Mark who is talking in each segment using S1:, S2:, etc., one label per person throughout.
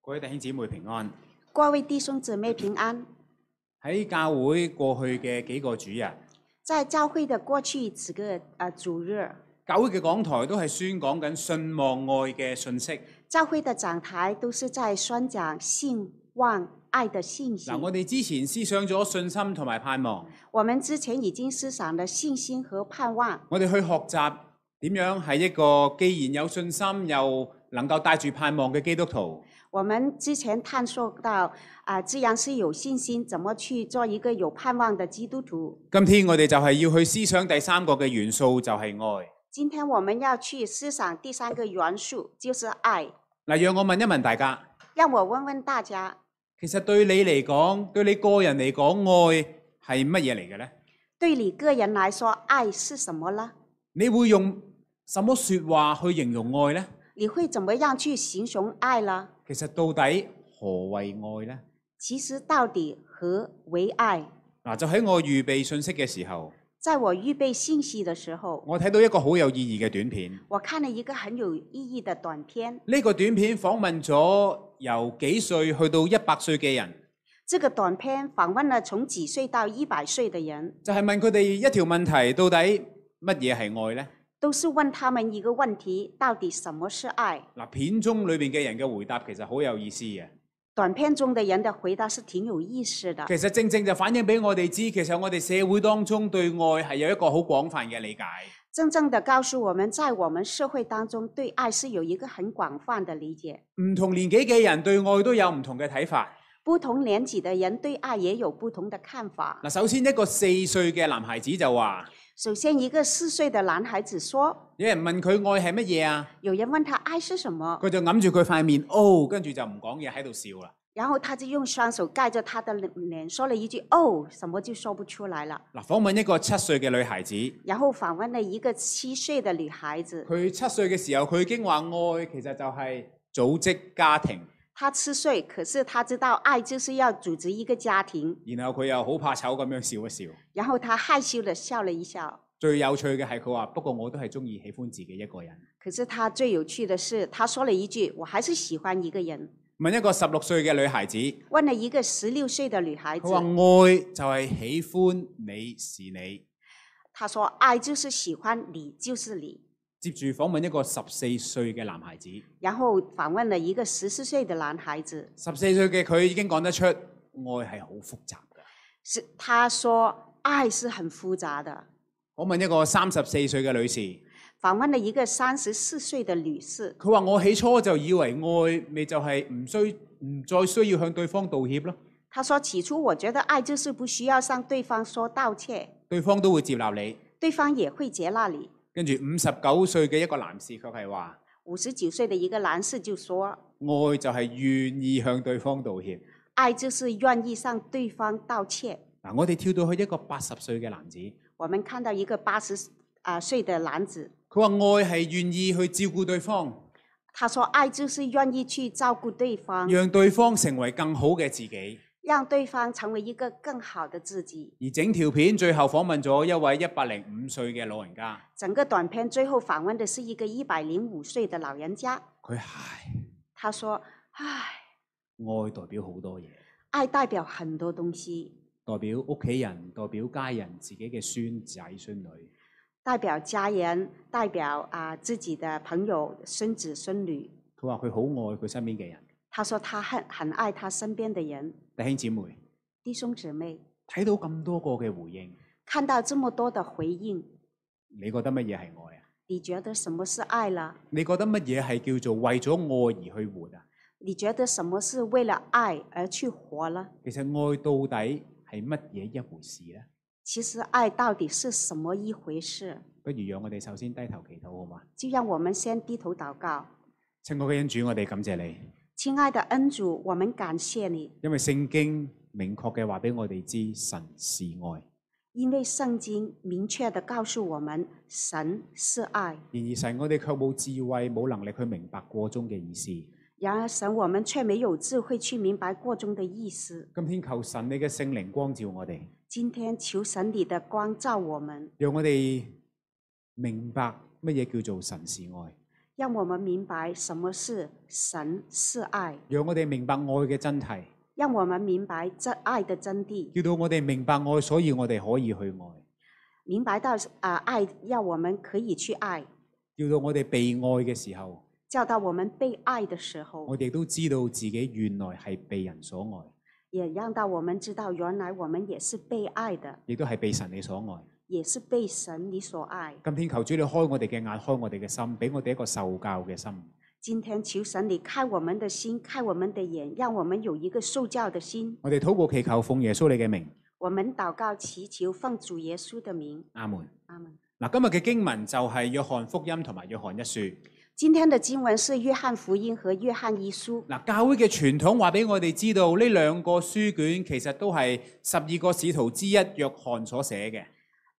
S1: 各位弟兄姊妹平安。
S2: 各位弟兄姊妹平安。
S1: 喺教會過去嘅幾個主日，
S2: 在教会的过去几个呃主日，
S1: 教會嘅講台都係宣講緊信望愛嘅信息。
S2: 教会的讲台都是在宣讲信望爱的信息
S1: 嗱，。我哋之前思想咗信心同埋盼望，
S2: 我们之前已经思想了信心和盼望，
S1: 我哋去學習點樣係一個既然有信心又能夠帶住盼望嘅基督徒。
S2: 我们之前探索到啊、既然是有信心，怎么去做一个有盼望的基督徒？
S1: 今天我哋就係要去思想第三個嘅元素，就係愛。
S2: 今天我们要去思想第三个元素，就是爱。
S1: 嗱，讓我問一問大家，
S2: 让我问问大家，
S1: 其實對你嚟講，對你個人嚟講，愛係乜嘢嚟嘅呢？
S2: 对你个人来说，爱是什么呢？
S1: 你會用什麼说話去形容愛呢？
S2: 你会怎么样去形容爱呢？
S1: 其實到底何為愛呢？
S2: 其实到底何为爱？
S1: 嗱，就喺我預備信息嘅時候，
S2: 在我预备信息的时候，
S1: 我睇到一個好有意義嘅短片。
S2: 我看了一个很有意义的短片。
S1: 呢、個短片訪問咗由幾歲去到一百歲嘅人，
S2: 这个短片访问了从几岁到一百岁的人，
S1: 就係問佢哋一條問題：到底乜嘢係愛呢？
S2: 都是问他们一个问题：到底什么是爱？
S1: 嗱，片中裏面嘅人嘅回答其實好有意思嘅。
S2: 短片中的人的回答是挺有意思的
S1: 其，實正正就反映俾我哋知，其實我哋社會當中對愛係有一個好廣泛嘅理解。
S2: 真正的告诉我们在我们社会当中对爱是有一个很广泛的理解，
S1: 唔同年紀嘅人對愛都有唔同嘅睇法。
S2: 不同年纪的人对爱也有不同的看法。
S1: 嗱，首先一個四歲嘅男孩子就話：
S2: 首先，一个四岁的男孩子说，
S1: 有人問佢愛係乜嘢啊？
S2: 有人问他爱是什么，
S1: 佢就揞住佢塊面，哦，跟住就唔講嘢喺度笑啦。
S2: 然后他就用双手盖着他的脸，说了一句“哦”，什么就说不出来了。
S1: 嗱，訪問一個七歲嘅女孩子，
S2: 然后访问了一个七岁的女孩子，
S1: 佢七歲嘅時候，佢已經話愛其實就係組織家庭，
S2: 她七岁，可是她知道爱就是要组织一个家庭。
S1: 然後佢又好怕醜咁樣笑一笑。
S2: 然后她害羞的笑了一笑。
S1: 最有趣嘅係佢話：不過我都係中意喜歡自己一個人。
S2: 可是她最有趣的是，她说了一句：“我还是喜欢一个人。
S1: 問一個十六歲嘅女孩子，佢”
S2: 问了一个十六岁的女孩子
S1: 話，愛就係喜歡你是你。
S2: 她说：“爱就是喜欢你，就是你。
S1: 接住訪問一個十四歲嘅男孩子，”
S2: 然后访问了一个十四岁的男孩子，
S1: 十四歲嘅佢已經講得出愛係好複雜嘅。
S2: 是他说：“爱是很复杂的。”
S1: 我問一個三十四歲嘅女士，
S2: 访问了一个三十四岁的女士，
S1: 佢話：我起初就以為愛咪就係唔需唔再需要向對方道歉咯，
S2: 她说：“起初我觉得爱就是不需要向对方说道歉，
S1: 對方都會接納你。
S2: 对方也会接纳你。
S1: 跟住五十九歲嘅一個男士，佢係話：”
S2: 五十九岁的一个男士就说
S1: 愛就係願意向對方道歉。：“
S2: 爱就是愿意向对方道歉。
S1: 嗱，我哋跳到去一個八十歲嘅男子，”
S2: 我们看到一个八十啊岁的男子，
S1: 佢話：愛係願意去照顧對方，
S2: 他说：“爱就是愿意去照顾对方，
S1: 讓對方成為更好嘅自己。
S2: 让对方成为一个更好的自己。
S1: 而整條片最後訪問咗一位一百零五歲嘅老人家，”
S2: 整个短片最后访问的是一个一百零五岁的老人家，
S1: 佢唉，
S2: 他说：“唉，
S1: 愛代表好多嘢，
S2: 爱代表很多东西。”
S1: 代表屋企人，代表家人，自己嘅孫仔孫女。
S2: 代表家人，代表啊、自己的朋友、孙子孙女。
S1: 佢話佢好愛佢身邊嘅人，
S2: 他说他很很爱他身边的人，
S1: 弟兄姊妹
S2: 弟兄姊妹。
S1: 睇到咁多個嘅回應，
S2: 看到这么多的回应，
S1: 你覺得乜嘢係愛啊？
S2: 你觉得什么是爱了？
S1: 你覺得乜嘢係叫做為咗愛而去活啊？
S2: 你觉得什么是为了爱而去活了？
S1: 其實愛到底係乜嘢一回事呢？
S2: 其实爱到底是什么一回事？
S1: 不如讓我哋首先低頭祈禱好嘛？
S2: 就让我们先低头祷告。
S1: 親愛嘅恩主，我哋感謝你，
S2: 亲爱的恩主，我们感谢你，
S1: 因為聖經明確嘅話俾我哋知，神是愛。
S2: 因为圣经明确的告诉我们，神是爱。
S1: 然而神，我哋卻冇智慧、冇能力去明白過中嘅意思。
S2: 然而神，我们却没有智慧去明白过中的意思。
S1: 今天求神你嘅聖靈光照我哋，
S2: 今天求神你的光照我们，
S1: 讓我哋明白乜嘢叫做神是愛。
S2: 让我们明白什么是神是爱，
S1: 让我哋明白愛嘅真諦，
S2: 让我们明白这爱的真谛，
S1: 叫到我哋明白愛，所以我哋可以去愛，
S2: 明白到啊、爱要我们可以去爱，
S1: 叫到我哋被愛嘅時候，
S2: 叫到我们被爱的时候
S1: 我，哋都知道自己原來係被人所愛，
S2: 也让到我们知道原来我们也是被爱的，
S1: 亦都係被神你所愛。
S2: 也是被神你所爱。
S1: 今天求主你開我哋嘅眼，開我哋嘅心，俾我哋一個受教嘅心，
S2: 今天求神你开我们的心，开我们的眼，让我们有一个受教的心。
S1: 我哋禱告祈求奉耶穌你嘅名，
S2: 我们祷告祈求，奉主耶稣的名，
S1: 阿門。
S2: 阿门。
S1: 嗱，今日嘅經文就係約翰福音同埋約翰一書。
S2: 今天的经文是约翰福音和约翰一书。
S1: 嗱，教會嘅傳統話俾我哋知道，呢兩個書卷其實都係十二個使徒之一約翰所寫嘅。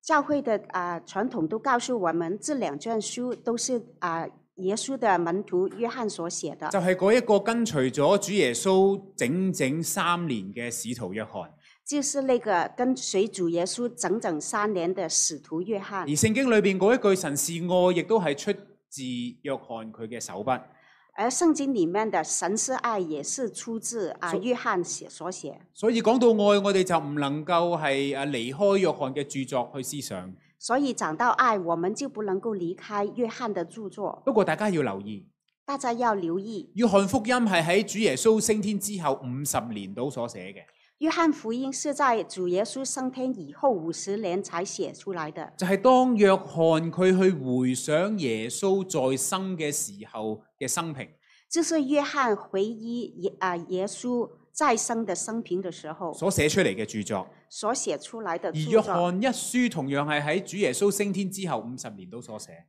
S2: 教会的啊、传统都告诉我们，这两卷书都是啊、耶稣的门徒约翰所写的
S1: 就，係嗰一個跟隨咗主耶穌整整三年嘅使徒約翰，
S2: 就是那个跟随主耶稣整整三年的使徒约翰
S1: 而。聖經裏邊嗰一句神是愛，亦都係出自約翰佢嘅手筆。
S2: 而圣经里面的“神是爱”也是出自啊、
S1: 所
S2: 约翰写所写，
S1: 所以講到愛，我哋就唔能夠係誒離開約翰嘅著作去思想。
S2: 所以讲到爱，我们就不能够离开约翰的著作。
S1: 不過大家要留意，
S2: 大家要留意，
S1: 約翰福音係喺主耶穌升天之後五十年度所寫嘅，
S2: 约翰福音是在主耶稣升天以后五十年才写出来的。
S1: 就係、當約翰佢去回想耶穌在生嘅時候嘅生平。
S2: 这是约翰回忆耶啊耶稣再生的生平的时候
S1: 所寫出嚟嘅著作，
S2: 所写出来的
S1: 而
S2: 著
S1: 約
S2: 作。
S1: 翰一書同樣係喺主耶穌升天之後五十年都所寫，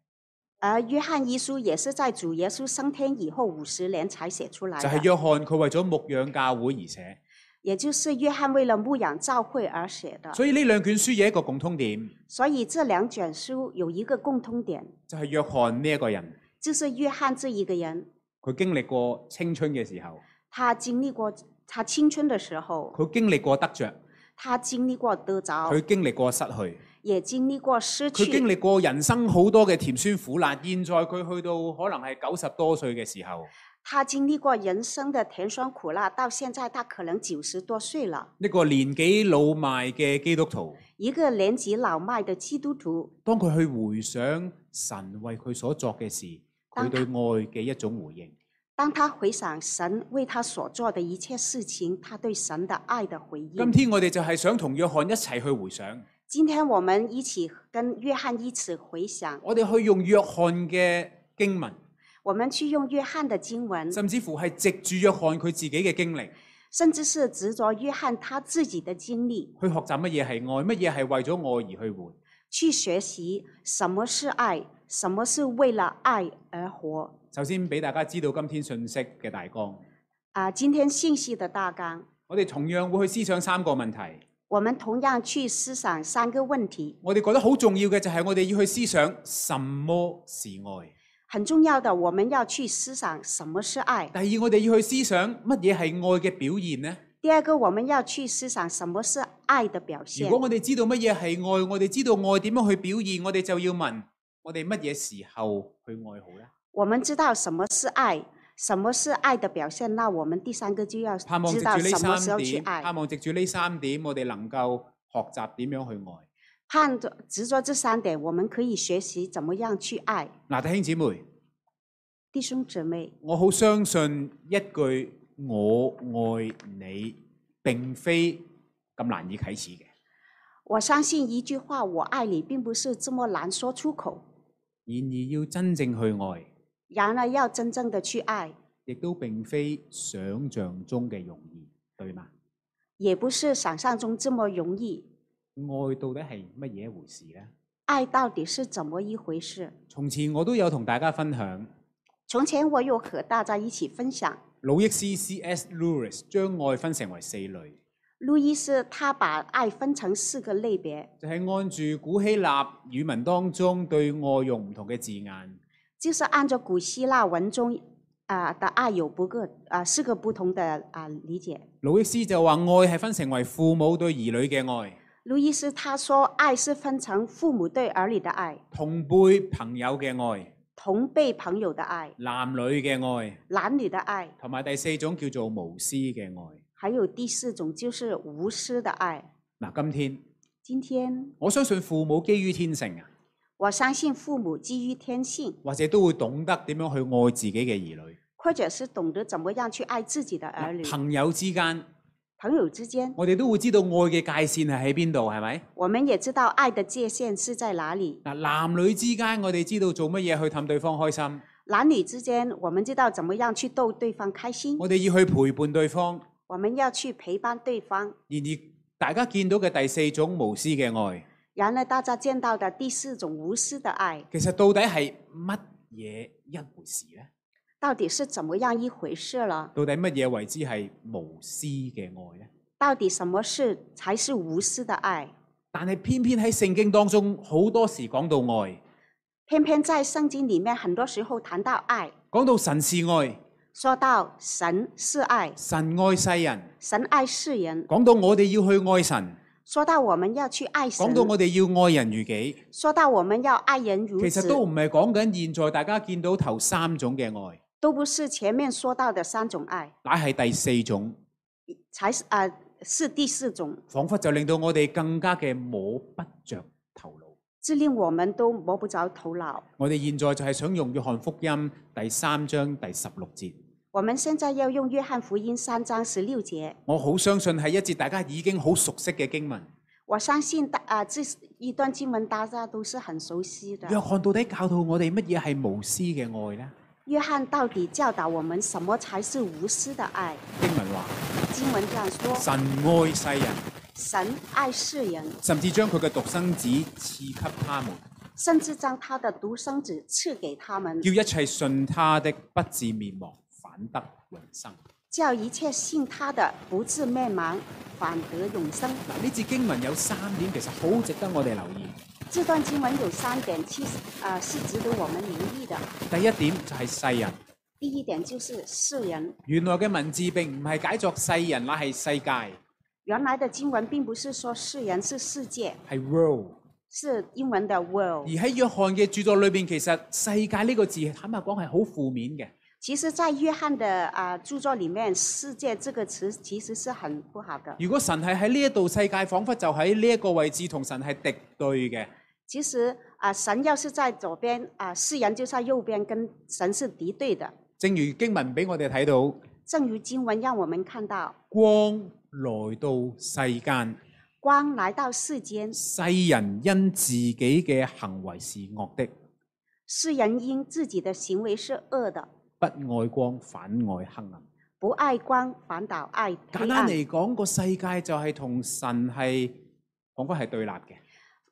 S2: 而约翰一书也是在主耶稣升天以后五十年才写出来
S1: 就
S2: 的，
S1: 係、約翰佢為咗牧養教會而寫。
S2: 也就是约翰为了牧养教会而写的。
S1: 所以呢兩卷書有一個共通點，
S2: 所以这两卷书有一个共通点，
S1: 就係、約翰呢一個人，
S2: 就是约翰这一个人，
S1: 佢經歷過青春嘅時候，
S2: 他经历过他青春的时候，
S1: 佢經歷過得着，
S2: 他经历过得着，
S1: 佢經歷過失去，
S2: 也经历过失
S1: 佢經
S2: 去。
S1: 歷過人生好多嘅甜酸苦辣。現在佢去到可能係九十多歲嘅時候，
S2: 他经历过人生的甜酸苦辣，到现在他可能九十多岁了，
S1: 一個年紀老邁嘅基督徒，
S2: 一个年纪老迈的基督徒。
S1: 當佢去回想神為佢所作嘅事，佢
S2: 當
S1: 對愛嘅一種回應。
S2: 当他回想神为他所做的一切事情，他对神的爱的回
S1: 今
S2: 应。
S1: 天我哋就係想同約翰一齊去回想，
S2: 今天我们一起跟约翰一起回想，
S1: 我哋去用約翰嘅經文，
S2: 我们去用约翰的经文，
S1: 甚至乎係藉住約翰佢自己嘅經歷，
S2: 甚至是执着约翰他自己的经历，
S1: 去學習乜嘢係愛，乜嘢係為咗愛而去活。
S2: 去学习什么是爱，什么是为了爱而活。
S1: 首先俾大家知道今天信息嘅大綱，
S2: 啊，今天信息的大纲，
S1: 我哋同樣會去思想三個問題。
S2: 我们同样去思想三个问题。
S1: 我哋覺得好重要嘅就係我哋要去思想什麼是愛。
S2: 很重要的，我们要去思想什么是爱。
S1: 第二，我哋要去思想乜嘢係愛嘅表現呢？
S2: 第二个，我们要去思想什么是爱的表
S1: 如
S2: 现
S1: 果。我哋知道乜嘢係愛，我哋知道愛點樣去表現，我哋就要問：我哋乜嘢時候去愛好呢？
S2: 我们知道什么是爱，什么是爱的表现，那我们第三个就要
S1: 盼望藉
S2: 知道
S1: 住
S2: 什么
S1: 呢
S2: 时
S1: 三
S2: 候去
S1: 點，盼
S2: 爱。
S1: 望藉住呢三點，我哋能夠學習點樣去愛。
S2: 盼着执着这三点，我们可以学习怎么样去爱
S1: 嗱，弟兄姊妹，
S2: 弟兄姊妹。
S1: 我好相信一句我愛你，並非咁難以啟齒嘅。
S2: 我相信一句话“我爱你”并不是这么难说出口，
S1: 然而要真正去愛，
S2: 然而要真正的去爱，
S1: 亦都並非想像中嘅容易，對嗎？
S2: 也不是想象中这么容易。
S1: 愛到底係乜嘢一回事呢？
S2: 爱到底是怎么一回事？
S1: 從前我都有同大家分享。
S2: 从前我有和大家一起分享，
S1: 魯益斯 C.S. Lewis 將愛分成為四類，
S2: 路易斯他把爱分成四个类别，
S1: 就係、按住古希臘語文當中對愛用唔同嘅字眼。
S2: 就是按照古希腊文中啊、的爱有不个啊、四个不同的啊、理解。
S1: 魯益斯就話愛係分成為父母對兒女嘅愛、
S2: 路易斯他说，爱是分成父母对儿女的爱、
S1: 同輩朋友嘅愛、
S2: 同辈朋友的爱、
S1: 男女嘅愛，
S2: 男女的愛，
S1: 同埋第四種叫做無私嘅愛。
S2: 還有第四種就是無私的愛。
S1: 嗱，今天
S2: 今天
S1: 我相信父母基於天性啊，
S2: 我相信父母基於天性，
S1: 或者都會懂得點樣去愛自己嘅兒女。
S2: 或者是懂得怎麼樣去愛自己的兒女
S1: 嗱，朋友之間，
S2: 朋友之間，
S1: 我哋都會知道愛嘅界線係喺邊度，係咪？
S2: 我們也知道愛的界限是在哪裡。
S1: 嗱，男女之間，我哋知道做乜嘢去氹對方開心，
S2: 男女之間，我們知道怎麼樣去逗對方開心，
S1: 我哋要去陪伴對方。
S2: 我們要去陪伴對方。
S1: 然而，大家見到嘅第四種無私嘅愛，
S2: 然而，大家見到的第四種無私的愛，
S1: 其實到底係乜嘢一回事呢？
S2: 到底是怎麼樣一回事了？
S1: 到底乜嘢為之係無私嘅愛呢？
S2: 到底什麼是才是無私的愛？
S1: 但係偏偏喺聖經當中，好多時講到愛，
S2: 偏偏在聖經裡面，很多時候談到愛，
S1: 講到神是愛，
S2: 說到神是愛，
S1: 神愛世人，
S2: 神愛世人；
S1: 講到我哋要去愛神，
S2: 說到我們要去愛神
S1: 講，到我哋要愛人如己，
S2: 說到我們要愛人如
S1: 其
S2: 己
S1: 實，都唔係講緊現在大家見到頭三種嘅愛，
S2: 都不是前面說到的三種愛，
S1: 乃係第四種，
S2: 才是啊、是第四種，
S1: 彷彿就令到我哋更加嘅摸不着頭腦。
S2: 這令我們都摸不着頭腦。
S1: 我哋現在就係想用約翰福音第三章第十六節，
S2: 我們現在要用約翰福音三章十六節，
S1: 我好相信係一節大家已經好熟悉嘅經文。
S2: 我相信大啊、這一段經文大家都是很熟悉的。
S1: 約翰到底教導我哋乜嘢係無私嘅愛呢？
S2: 約翰到底教導我們什麼才是無私的愛？
S1: 經文話：
S2: 經文這樣說：
S1: 神愛世人，
S2: 神愛世人，
S1: 甚至將佢嘅獨生子賜給他們，
S2: 甚至將他的獨生子賜給他們，
S1: 叫一切信他的不至滅亡，反得永生。
S2: 叫一切信他的不至滅亡，反得永生。
S1: 嗱，呢節經文有三點其實好值得我哋留意。
S2: 這段經文有三點，其實啊是值得我們留意的。
S1: 第一點就係世人，
S2: 第一點就是世人，
S1: 原來嘅文字並唔係解作世人，乃係世界，
S2: 原來的經文並不是說世人是世界，
S1: 係 world。
S2: 是英文的
S1: 而
S2: world。
S1: 喺約翰嘅著作裏邊，其實世界呢個字坦白講係好負面嘅。
S2: 其實，在約翰的啊、著作裡面，“世界”這個詞其實是很不好的。
S1: 如果神係喺呢一度世界，彷彿就喺呢一個位置同神係敵對嘅。
S2: 其實啊、神要是在左邊啊、世人就在右邊，跟神是敌对的。
S1: 正如經文俾我哋睇到，
S2: 正如經文讓我們看到，
S1: 光來到世間，
S2: 光來到世間，
S1: 世人因自己嘅行為是惡的，
S2: 世人因自己的行為是惡的，
S1: 不愛光反愛黑暗。
S2: 不愛光反倒愛
S1: 簡
S2: 黑
S1: 單
S2: 暗。
S1: 嚟講，個世界就係同神係彷彿係對立嘅。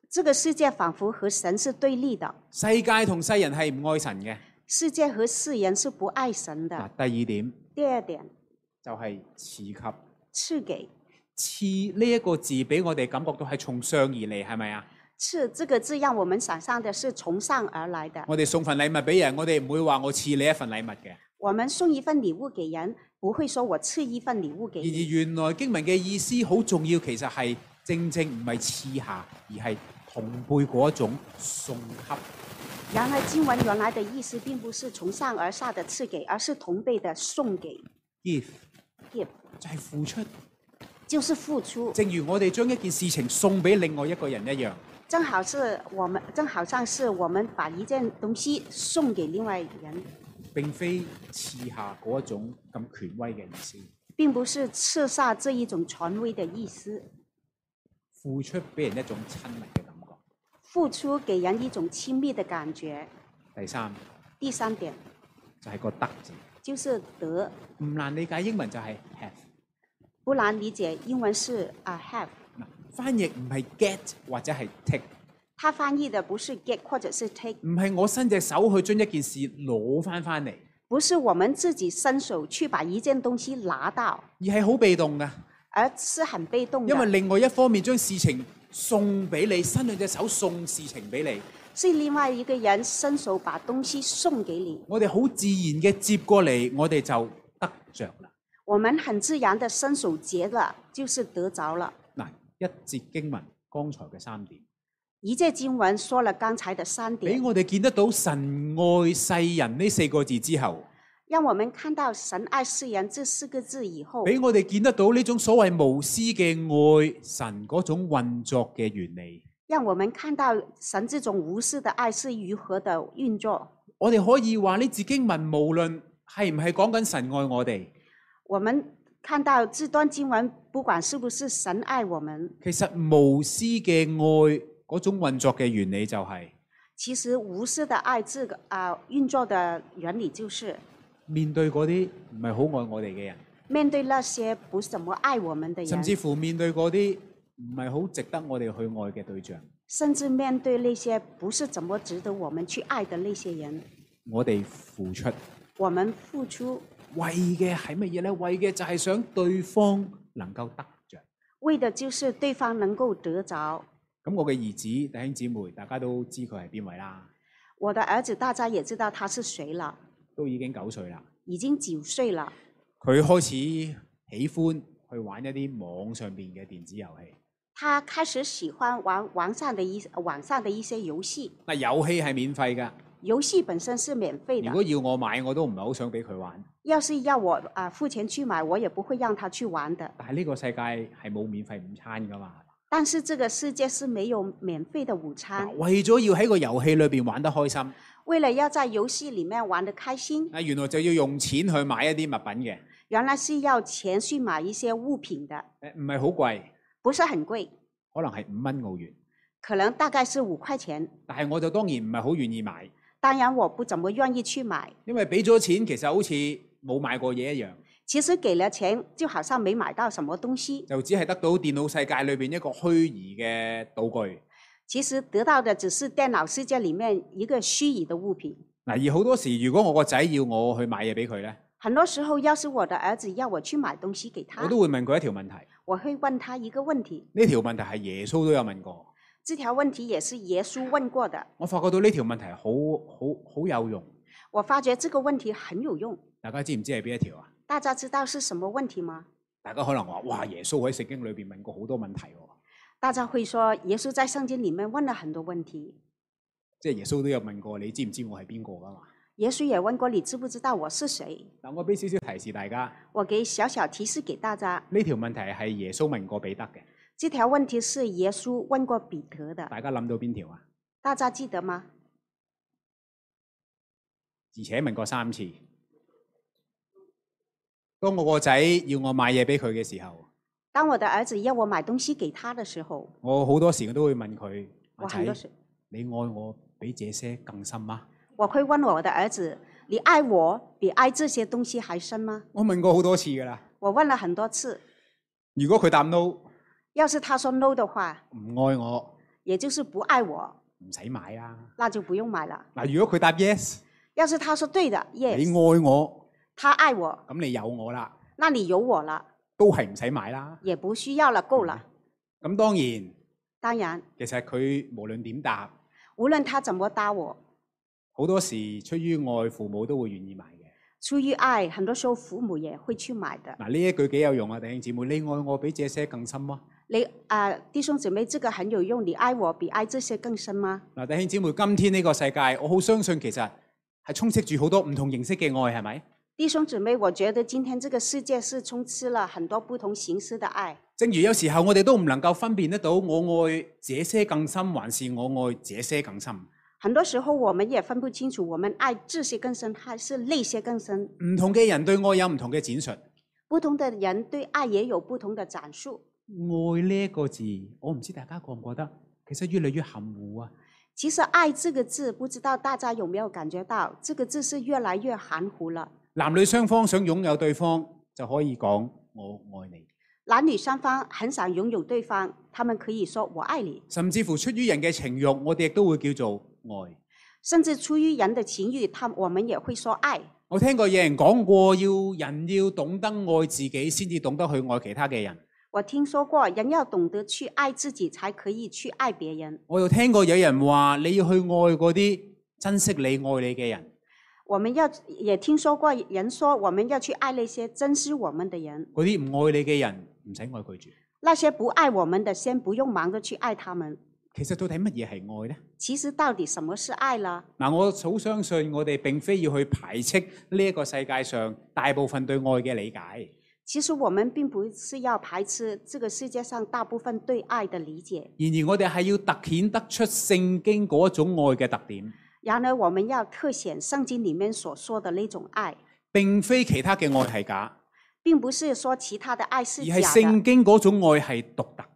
S2: 這個世界仿佛和神是對立的，
S1: 世界同世人係唔愛神嘅。
S2: 世界和世人是不愛神的。
S1: 嗱，第二點
S2: 第二點，
S1: 就係賜給。
S2: 賜給
S1: 賜呢一個字俾我哋感覺到係從上而嚟，係咪啊？
S2: 賜這個字，讓我們想象的是從上而來的。
S1: 我哋送份禮物俾人，我哋唔會話我賜你一份禮物嘅。
S2: 我們送一份禮物給人，不會說我賜一份禮物給
S1: 然而
S2: 你。
S1: 原來經文嘅意思好重要，其實係正正唔係賜下，而係同輩嗰一種送給。
S2: 然而，經文原來的意思並不是從上而下的賜給，而是同輩的送給
S1: give
S2: give，
S1: 就係付出，
S2: 就是付出。
S1: 正如我哋將一件事情送俾另外一個人一樣。
S2: 正好是我們，正好像是我們把一件東西送給另外一個人，
S1: 並非賜下嗰一種咁權威嘅意思，
S2: 並不是賜下這一種權威的意思。
S1: 付出俾人一種親密嘅感覺。
S2: 付出給人一種親密的感覺。
S1: 第三
S2: 第三點
S1: 就係、個得字，
S2: 就是得，
S1: 唔難理解英文就係 have。
S2: 不难理解，英文是 I have，
S1: 嗱，翻譯唔係 get 或者係 take，
S2: 它翻譯的不是 get 或者是 take，
S1: 唔係我伸隻手去將一件事攞翻翻嚟，
S2: 不是我們自己伸手去把一件東西拿到，
S1: 而係好被動噶，
S2: 而是很被動的。
S1: 因為另外一方面將事情送俾你，伸兩隻手送事情俾你，
S2: 是另外一個人伸手把東西送給你，
S1: 我哋好自然嘅接過嚟，我哋就得着啦。
S2: 我們很自然的伸手接了，就是得着了。
S1: 嗱，一節經文剛才嘅三點，
S2: 一借经文说了刚才的三
S1: 俾
S2: 点，
S1: 我哋見得到神愛世人呢四個字之後，
S2: 让我们看到“神爱世人”这四个字以后，
S1: 俾我哋見得到呢種所謂無私嘅愛，神嗰種運作嘅原理。
S2: 让我们看到神这种无私的爱是如何的运作。
S1: 我哋可以話呢節經文無論係唔係講緊神愛我哋，
S2: 我们看到这段经文，不管是不是神爱我们，
S1: 其實無私嘅愛嗰種運作嘅原理就係、
S2: 其实无私的爱这个啊、运作的原理就是，
S1: 面對嗰啲唔係好愛我哋嘅人，
S2: 面对那些不怎么爱我们的人，
S1: 甚
S2: 甚
S1: 至
S2: 至
S1: 乎面對嗰啲唔係好值得我哋去愛嘅對象，
S2: 面对那些不是怎么值得我们去爱的那些人，
S1: 我哋付出
S2: 我们付出
S1: 為嘅係乜嘢呢？為嘅就係想對方能夠得着。
S2: 为的就是对方能够得着。
S1: 咁我嘅兒子弟兄姊妹，大家都知佢係邊位啦，
S2: 我的儿子大家也知道他是谁了，
S1: 都已經九歲啦。
S2: 已经九岁了，
S1: 佢開始喜歡去玩一啲網上邊嘅電子遊戲。
S2: 他开始喜欢玩网上的一网上的一些游戏，
S1: 嗱，遊戲係免費㗎，
S2: 游戏本身是免费的
S1: 如。果要我買，我都唔係好想俾佢玩。
S2: 要是要我啊、付钱去买，我也不会让他去玩的。
S1: 但係呢個世界係冇免費午餐㗎嘛。
S2: 但是这个世界是没有免费的午餐
S1: 嗱，為咗要喺個遊戲裏邊玩得開心，
S2: 为了要在游戏里面玩得开心，
S1: 啊，原來就要用錢去買一啲物品嘅，
S2: 原来是要钱去買一些物品的，
S1: 誒唔係好貴，
S2: 不是很贵，
S1: 可能係五蚊澳元。
S2: 可能大概是五块钱。
S1: 但係我就當然唔係好願意買，
S2: 当然我不怎么愿意去买，
S1: 因為俾咗錢其實好似冇買過嘢一樣。
S2: 其实给了钱就好像没买到什么东西，
S1: 就只係得到電腦世界裏邊一個虛擬嘅道具。
S2: 其实得到的只是电脑世界里面一个虚拟的物品。
S1: 嗱，而好多時，如果我個仔要我去買嘢俾佢呢，
S2: 很多时候，要是我的儿子要我去买东西给他
S1: 我，都會問佢一條問題。
S2: 我会问他一个问题，
S1: 呢條問題係耶穌都有問過。
S2: 这条問題也是耶穌問過的。
S1: 我發覺到呢條問題好好好有用。
S2: 我发觉这个問題很有用。
S1: 大家知唔知係邊一條啊？
S2: 大家知道是什麼問題嗎？
S1: 大家可能話：哇，耶穌喺聖經裏邊問過好多問題喎，
S2: 大家会说，耶穌在聖經里面問了很多問題。
S1: 即係耶穌都有問過你知唔知我係邊個㗎嘛？
S2: 耶穌也問過你知不知道我是誰。
S1: 嗱，我俾少少提示大家，
S2: 我給小小提示給大家，
S1: 呢條問題係耶穌問過彼得嘅。
S2: 這條問題是耶穌問過彼得的，
S1: 大家諗到邊條啊？
S2: 大家記得嗎？
S1: 而且問過三次。當我個仔要我買嘢俾佢嘅時候，
S2: 當我的兒子要我買東西給他的時候，
S1: 我好多時我都會問佢：
S2: 我
S1: 阿
S2: 很多
S1: 仔，
S2: 時
S1: 你愛我比這些更深嗎？
S2: 我會問我的兒子：“你愛我比愛這些東西還深嗎
S1: 我問過好多次㗎啦。？”
S2: 我問了很多次。
S1: 如果佢答 no，唔
S2: 要是他說 no 的話，
S1: 愛我，
S2: 也就是不愛我，
S1: 唔使買啦。
S2: 那就不用買了。
S1: 嗱，如果佢答 yes，
S2: 要是他说对的
S1: 你愛
S2: ，yes，
S1: 我，
S2: 他愛我，
S1: 咁你有我啦，
S2: 那你有我了，
S1: 都係唔使買啦。
S2: 也不需要了，够了。
S1: 嗯咁當然，其
S2: 當然，
S1: 實佢無論點答，
S2: 無論他怎麼搭我，
S1: 好多時出於愛，父母都會願意買嘅。
S2: 出於愛，很多時候父母也會去買的。
S1: 嗱，呢一句幾有用啊，弟兄姊妹，你愛我比這些更深嗎？
S2: 你啊、弟兄姊妹，這個很有用。你愛我比愛這些更深嗎？
S1: 嗱，弟兄姊妹，今天呢個世界，我好相信其實係充斥住好多唔同形式嘅愛，係咪？
S2: 弟兄姊妹，我覺得今天這個世界是充斥了很多不同形式的愛。
S1: 正如有時候我哋都唔能夠分辨得到，我愛這些更深，還是我愛這些更深。
S2: 很多時候，我們也分不清楚，我們愛這些更深還是那些更深。
S1: 唔同嘅人對愛有唔同嘅展述。
S2: 不同的人對愛也有不同的展述。
S1: 愛呢一個字，我唔知大家覺唔覺得，其實越嚟越含糊啊！
S2: 其實“愛”這個字，不知道大家有沒有感覺到，這個字是越來越含糊了。
S1: 男女雙方想擁有對方，就可以講我愛你。
S2: 男女雙方很想擁有對方，他們可以說“我愛你
S1: 甚至乎出於人嘅情欲，我哋亦都會叫做愛。”，
S2: 甚至出於人的情欲，他我們也會說“愛
S1: 我聽過有人講過，要人要懂得愛自己，先至懂得去愛其他嘅人。”。
S2: 我聽說過，人要懂得去愛自己，才可以去愛別人。
S1: 我又聽過有人話你要去愛嗰啲珍惜你、愛你嘅人。
S2: 我們要也聽說過人說，我們要去愛那些珍惜我們的人，
S1: 嗰啲唔愛你嘅人唔使愛佢住。
S2: 那些不愛我們的，先不用忙着去愛他們。
S1: 其實到底乜嘢係愛呢？
S2: 其实到底什么是爱呢？
S1: 嗱，我好相信我哋並非要去排斥呢一個世界上大部分對愛嘅理解，
S2: 其实我们并不是要排斥这个世界上大部分对爱的理解，
S1: 然而我哋係要突顯得出聖經嗰種愛嘅特點，
S2: 然而我们要特显圣经里面所说的那种爱，
S1: 並非其他嘅愛係假，
S2: 并不是说其他的爱是
S1: 而
S2: 假
S1: 係
S2: 的，
S1: 聖經嗰種愛係獨特嘅。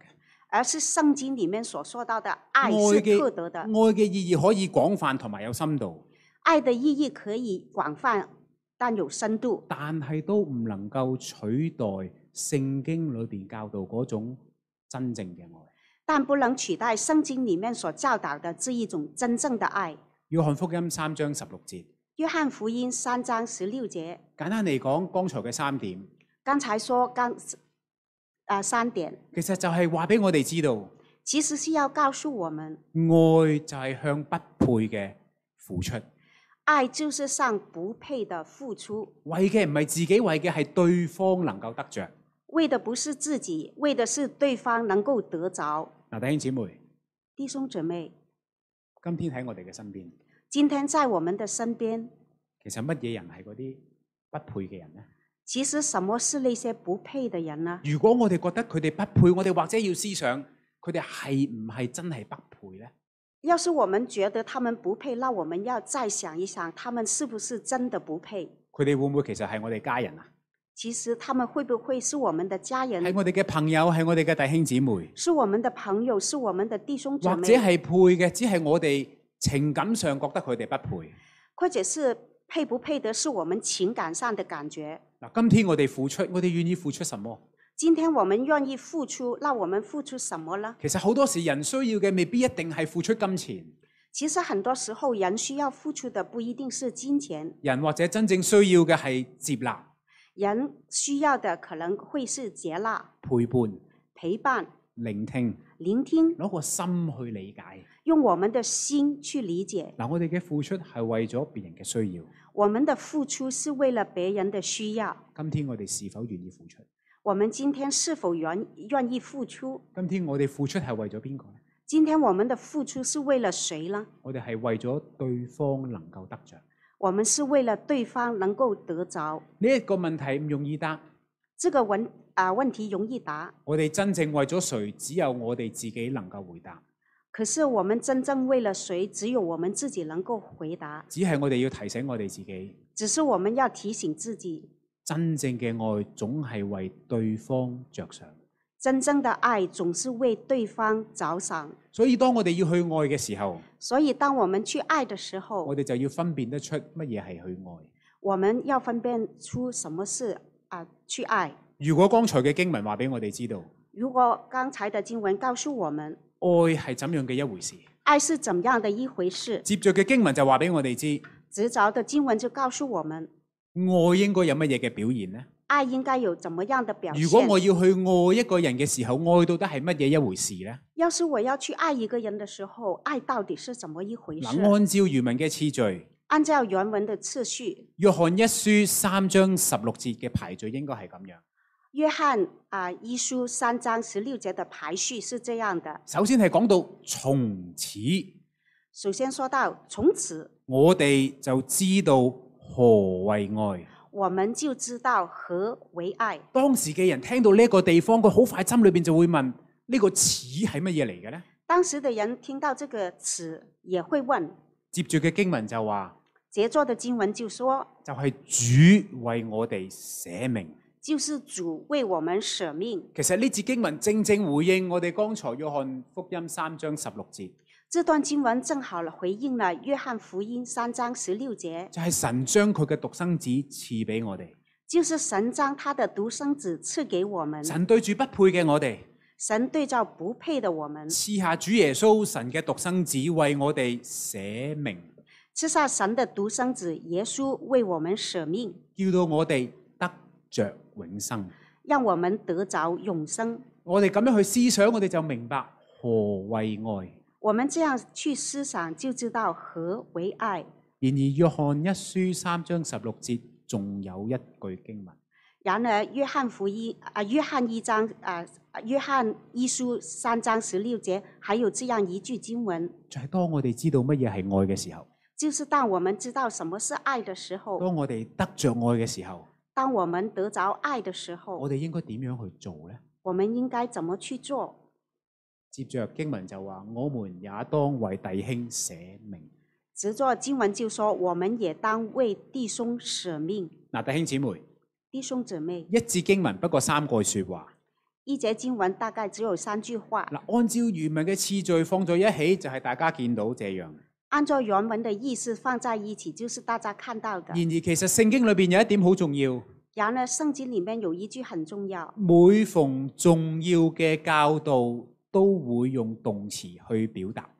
S2: 而是圣经里面所说到的爱
S1: 愛
S2: 是
S1: 嘅
S2: 特得的，
S1: 愛嘅意義可以廣泛同埋有深度，
S2: 爱的意义可以广泛，但有深度，
S1: 但係都唔能夠取代聖經裏邊教導嗰種真正嘅愛。
S2: 但不能取代圣经里面所教导的这一种真正的愛。
S1: 約翰福音三章十六節，
S2: 约翰福音三章十六节，
S1: 簡單嚟講，剛才嘅三點
S2: 刚才说刚，啊、三点，
S1: 其實就係話俾我哋知道。
S2: 其实是要告诉我们，
S1: 愛就係向不配嘅付出，
S2: 爱就是向不配的付出，
S1: 為嘅唔係自己，為嘅係對方能夠得着。
S2: 为的不是自己，为的是对方能够得着。
S1: 嗱，弟兄姊妹，
S2: 弟兄姊妹，
S1: 今天喺我哋嘅身邊，
S2: 今天在我们的身边，
S1: 其實乜嘢人係嗰啲不配嘅人呢？
S2: 其实什么是那些不配的人呢？
S1: 如果我哋覺得佢哋不配，我哋或者要思想佢哋係唔係真係不配呢？
S2: 要是我们觉得他们不配，那我们要再想一想，他们是不是真的不配？
S1: 佢哋會唔會其實係我哋家人啊？
S2: 其实他们会不会是我们的家
S1: 係
S2: 人，
S1: 我哋嘅朋友，係我哋嘅弟兄姊妹，
S2: 是我们的朋友，是我们的弟兄姐
S1: 或
S2: 妹
S1: 者，係配嘅，只係我哋情感上覺得佢哋不配。
S2: 或者是配不配得是我们情感上的感觉。
S1: 嗱，今天我哋付出，我哋願意付出什麼？
S2: 今天我们愿意付出，那我们付出什么呢？
S1: 其實好多時人需要嘅未必一定係付出金錢，
S2: 其实很多时候，人需要付出的不一定是金钱，
S1: 人或者真正需要嘅係接納、
S2: 人需要的可能会是接纳、
S1: 陪伴、
S2: 陪伴、
S1: 聆聽，
S2: 聆听，
S1: 攞個心去理解。
S2: 用我们的心去理解。
S1: 嗱，我哋嘅付出係為咗別人嘅需要。
S2: 我们的付出是为了别人的需要。
S1: 今天我哋是否願意付出？
S2: 我们今天是否愿愿意付出？
S1: 今天我哋付出係為咗邊個呢？
S2: 今天我们的付出是为了谁呢？
S1: 我哋係為咗對方能夠得着。
S2: 我们是为了对方能够得着。
S1: 呢、一個問題唔容易答。
S2: 这个问啊、问题容易答，
S1: 我哋真正為咗誰，只有我哋自己能夠回答。
S2: 可是我们真正为了谁，只有我们自己能够回答。
S1: 只係我哋要提醒我哋自己，
S2: 只是我们要提醒自己，
S1: 真正嘅愛總係為對方着想。
S2: 真正的爱总是为对方着想。
S1: 所以當我哋要去愛嘅時候，
S2: 所以，当我们去爱的时候
S1: 我，哋就要分辨得出乜嘢係去愛。
S2: 我们要分辨出什么是啊、去爱。
S1: 如果剛才嘅經文話俾我哋知道，
S2: 如果刚才的经文告诉我们
S1: 愛係怎樣嘅一回事，
S2: 爱是怎样的一回事，
S1: 接着嘅經文就話俾我哋知，
S2: 直着的经文就告诉我们
S1: 愛應該有乜嘢嘅表現呢？
S2: 爱应该有怎么样的表现。
S1: 如果我要去愛一個人嘅時候，愛到底係乜嘢一回事呢？
S2: 要是我要去爱一个人的时候，爱到底是怎么一回事？
S1: 嗱，按照原文嘅次序，
S2: 按照原文的次序，
S1: 約翰一書三章十六節嘅排序應該係咁樣。
S2: 约翰啊、一书三章十六节的排序是这样的：
S1: 首先係講到從此，
S2: 首先说到从此，
S1: 我哋就知道何為愛。
S2: 我们就知道何为爱。
S1: 當時嘅人聽到呢一個地方，佢好快心裏邊就會問：呢、個似係乜嘢嚟嘅呢？
S2: 当时的人听到这个词，也会问。
S1: 接住嘅經文就話：
S2: 杰作的经文就说，
S1: 就係、主為我哋捨命。
S2: 就是主为我们舍命。
S1: 其實呢節經文正正回應我哋剛才約翰福音三章十六節，
S2: 这段经文正好回应了约翰福音三章十六节，
S1: 就係、神將佢嘅獨生子賜俾我哋。
S2: 就是神将他的独生子赐给我们。
S1: 神對住不配嘅我哋，
S2: 神对照不配的我们，
S1: 賜下主耶穌神嘅獨生子為我哋捨命，
S2: 赐下神的独生子耶稣为我们舍命，
S1: 叫到我哋得着永生。
S2: 让我们得着永生。
S1: 我哋咁樣去思想，我哋就明白何為愛。
S2: 我们这样去思想，就知道何为爱。
S1: 然而，約翰一書三章十六節仲有一句經文，
S2: 然而，约翰福音啊，约翰一章啊，约翰一书三章十六节还有这样一句经文，
S1: 就係當我哋知道乜嘢係愛嘅時候，
S2: 就是当我们知道什么是爱的时候，
S1: 當我哋得着愛嘅時候，
S2: 当我们得着爱的时候
S1: 我，哋應該點樣去做呢？
S2: 我们应该怎么去做？
S1: 接着經文就話：我們也當為弟兄捨命。
S2: 执着经文就说，我们也当为弟兄舍命。
S1: 嗱，弟兄姊妹，
S2: 弟兄姊妹，
S1: 一節經文不過三句説話。
S2: 一节经文大概只有三句话，
S1: 嗱，按照原文嘅次序放在一起，就係大家見到這樣。
S2: 按照原文的意思放在一起，就是大家看到的
S1: 然。而其實聖經裏邊有一點好重要，
S2: 然而，圣经里面有一句很重要，
S1: 每逢重要嘅教導都會用動詞去表達。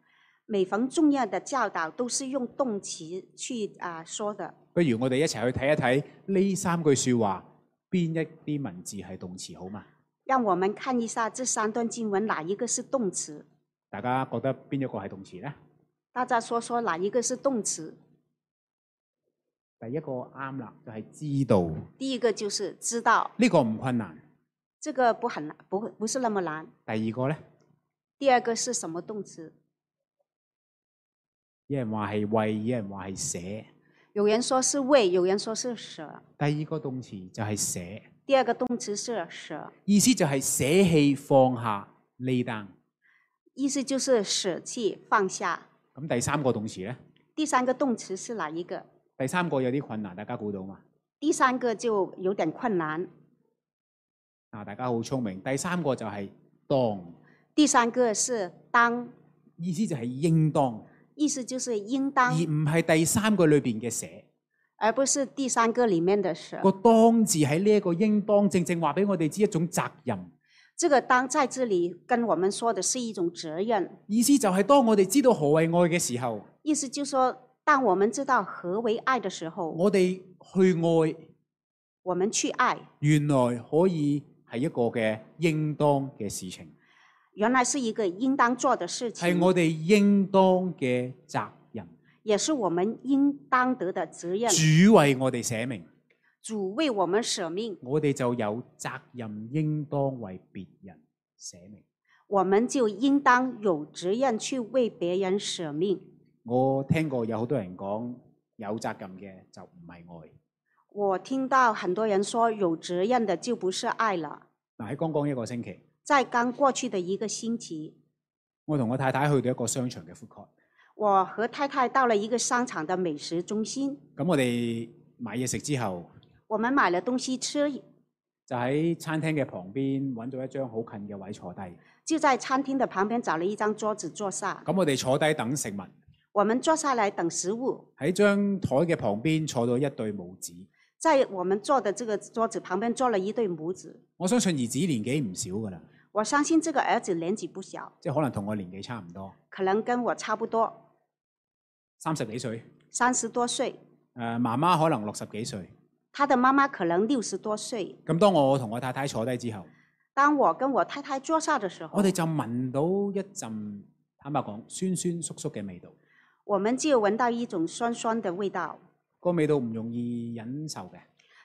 S2: 每逢重要的教导都是用动词去啊、说的。
S1: 不如我哋一齊去睇一睇呢三句説話，邊一啲文字係動詞好嘛？
S2: 让我们看一下这三段经文哪一个是动词？
S1: 大家覺得邊一個係動詞呢？
S2: 大家说说哪一个是动词？
S1: 第一個啱啦，就係、知道。呢、
S2: 第一个就是知道，
S1: 個唔困難。
S2: 这个不很难，不会不是那么难。
S1: 第二個呢，
S2: 第二个是什么动词？
S1: 有人話係為，有人話係寫。
S2: 有人说是为，有人说是舍。
S1: 第二個動詞就係寫，
S2: 第二个动词是舍，
S1: 意思就係捨棄放下呢單。
S2: 意思就是舍弃、放下。
S1: 咁第三個動詞呢？
S2: 第三个动词是哪一个？
S1: 第三個有啲困難，大家估到嘛？
S2: 第三个就有点困难。
S1: 啊，大家好聰明。第三個就係當，
S2: 第三个是当，
S1: 意思就係應當，
S2: 意思就是应
S1: 而
S2: 当，
S1: 唔係第三個裏邊嘅寫。
S2: 而不是第三个里面的舍。
S1: 個當字喺呢一個應當，正正話俾我哋知一種責任。
S2: 这个当在这里跟我们说的是一种责任，
S1: 意思就係當我哋知道何為愛嘅時候，
S2: 意思就是说，当我们知道何为爱的时候，
S1: 我哋去愛，
S2: 我们去爱，
S1: 原來可以係一個嘅應當嘅事情。
S2: 原来是一个应当做的事
S1: 係
S2: 情，
S1: 我哋應當嘅責任。
S2: 也是我们应当得的责任。
S1: 主為我哋寫明，
S2: 主为我们舍命，
S1: 我哋就有責任，應當為別人寫明。
S2: 我们就应当有责任去为别人舍命。
S1: 我聽過有好多人講，有責任嘅就唔係愛。
S2: 我听到很多人说，有责任的就不是爱了。
S1: 嗱喺剛剛一個星期，
S2: 在刚过去的一个星期，
S1: 我同我太太去到一個商場嘅 food court，
S2: 我和太太到了一个商场的美食中心，
S1: 咁我哋買嘢食之後，
S2: 我们买了东西吃，
S1: 就喺餐廳嘅旁邊揾到一張好近嘅位坐低。咁
S2: 就在餐厅的旁边找了一张桌子坐下。
S1: 我哋坐低等食物，
S2: 我们坐下来等食物，
S1: 喺張台嘅旁邊坐到一對母子。
S2: 在我们坐的这个桌子旁边坐了一对母子。
S1: 我相信兒子年紀唔少㗎啦。
S2: 我相信这个儿子年纪不小，
S1: 即係可能同我年紀差唔多，
S2: 可能跟我差不多，
S1: 三十幾歲。誒、
S2: 三十多岁。
S1: 媽媽可能六十幾歲。
S2: 他的妈妈可能六十多岁。
S1: 咁當我同我太太坐低之後，
S2: 当我跟我太太坐下的时候，
S1: 我哋就聞到一陣坦白講酸酸縮縮嘅味道，
S2: 我们就闻到一种酸酸的味道，
S1: 個味道唔容易忍受嘅。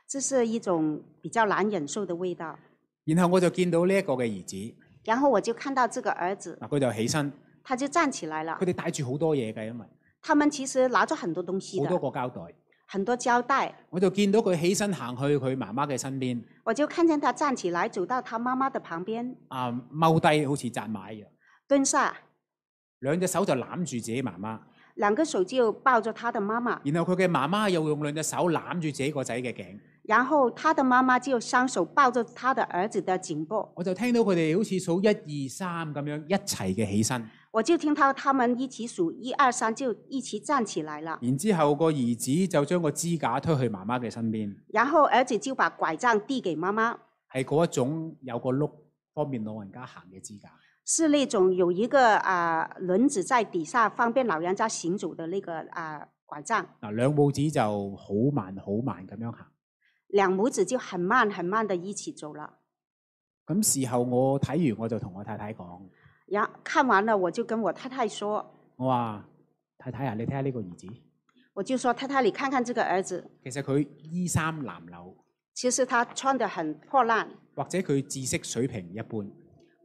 S2: 这是一种比较难忍受的味道。
S1: 然後我就見到呢一個嘅兒子，
S2: 然后我就看到这个儿子，
S1: 嗱佢就起身，
S2: 他就站起来了
S1: 佢。哋帶住好多嘢嘅，因為
S2: 他们其实拿着很多东西
S1: 好多
S2: 的，
S1: 個膠袋。
S2: 很多胶带，
S1: 我就見到佢起身行去佢媽媽嘅身邊，
S2: 我就看见他站起来，走到他妈妈的旁边，
S1: 啊踎低好似扎馬一樣，
S2: 蹲下，
S1: 兩隻手就攬住自己媽媽，
S2: 两个手就抱着他的妈妈，
S1: 然後佢嘅媽媽又用兩隻手攬住自己個仔嘅頸。
S2: 然后他的妈妈就双手抱着他的儿子的颈部。
S1: 我就聽到佢哋好似數一二三咁樣一齊嘅起身，
S2: 我就听到他们一起数一二三，就一起站起来了。
S1: 然之後個兒子就將個支架推去媽媽嘅身邊，
S2: 然后儿子就把拐杖递给妈妈，
S1: 係嗰一種有個碌方便老人家行嘅支架。
S2: 是那种有一个啊、轮子在底下，方便老人家行走的那个啊、拐杖。
S1: 嗱，兩母子就好慢好慢咁樣行。
S2: 两母子就很慢很慢的一起走了。
S1: 咁事後我睇完我就同我太太講，
S2: 然看完了，我就跟我太太说，
S1: 我話太太啊，你睇下呢個兒子，
S2: 我就说太太，你看看这个儿子，
S1: 其實佢衣衫襤褸，
S2: 其实他穿得很破烂，
S1: 或者佢知識水平一般，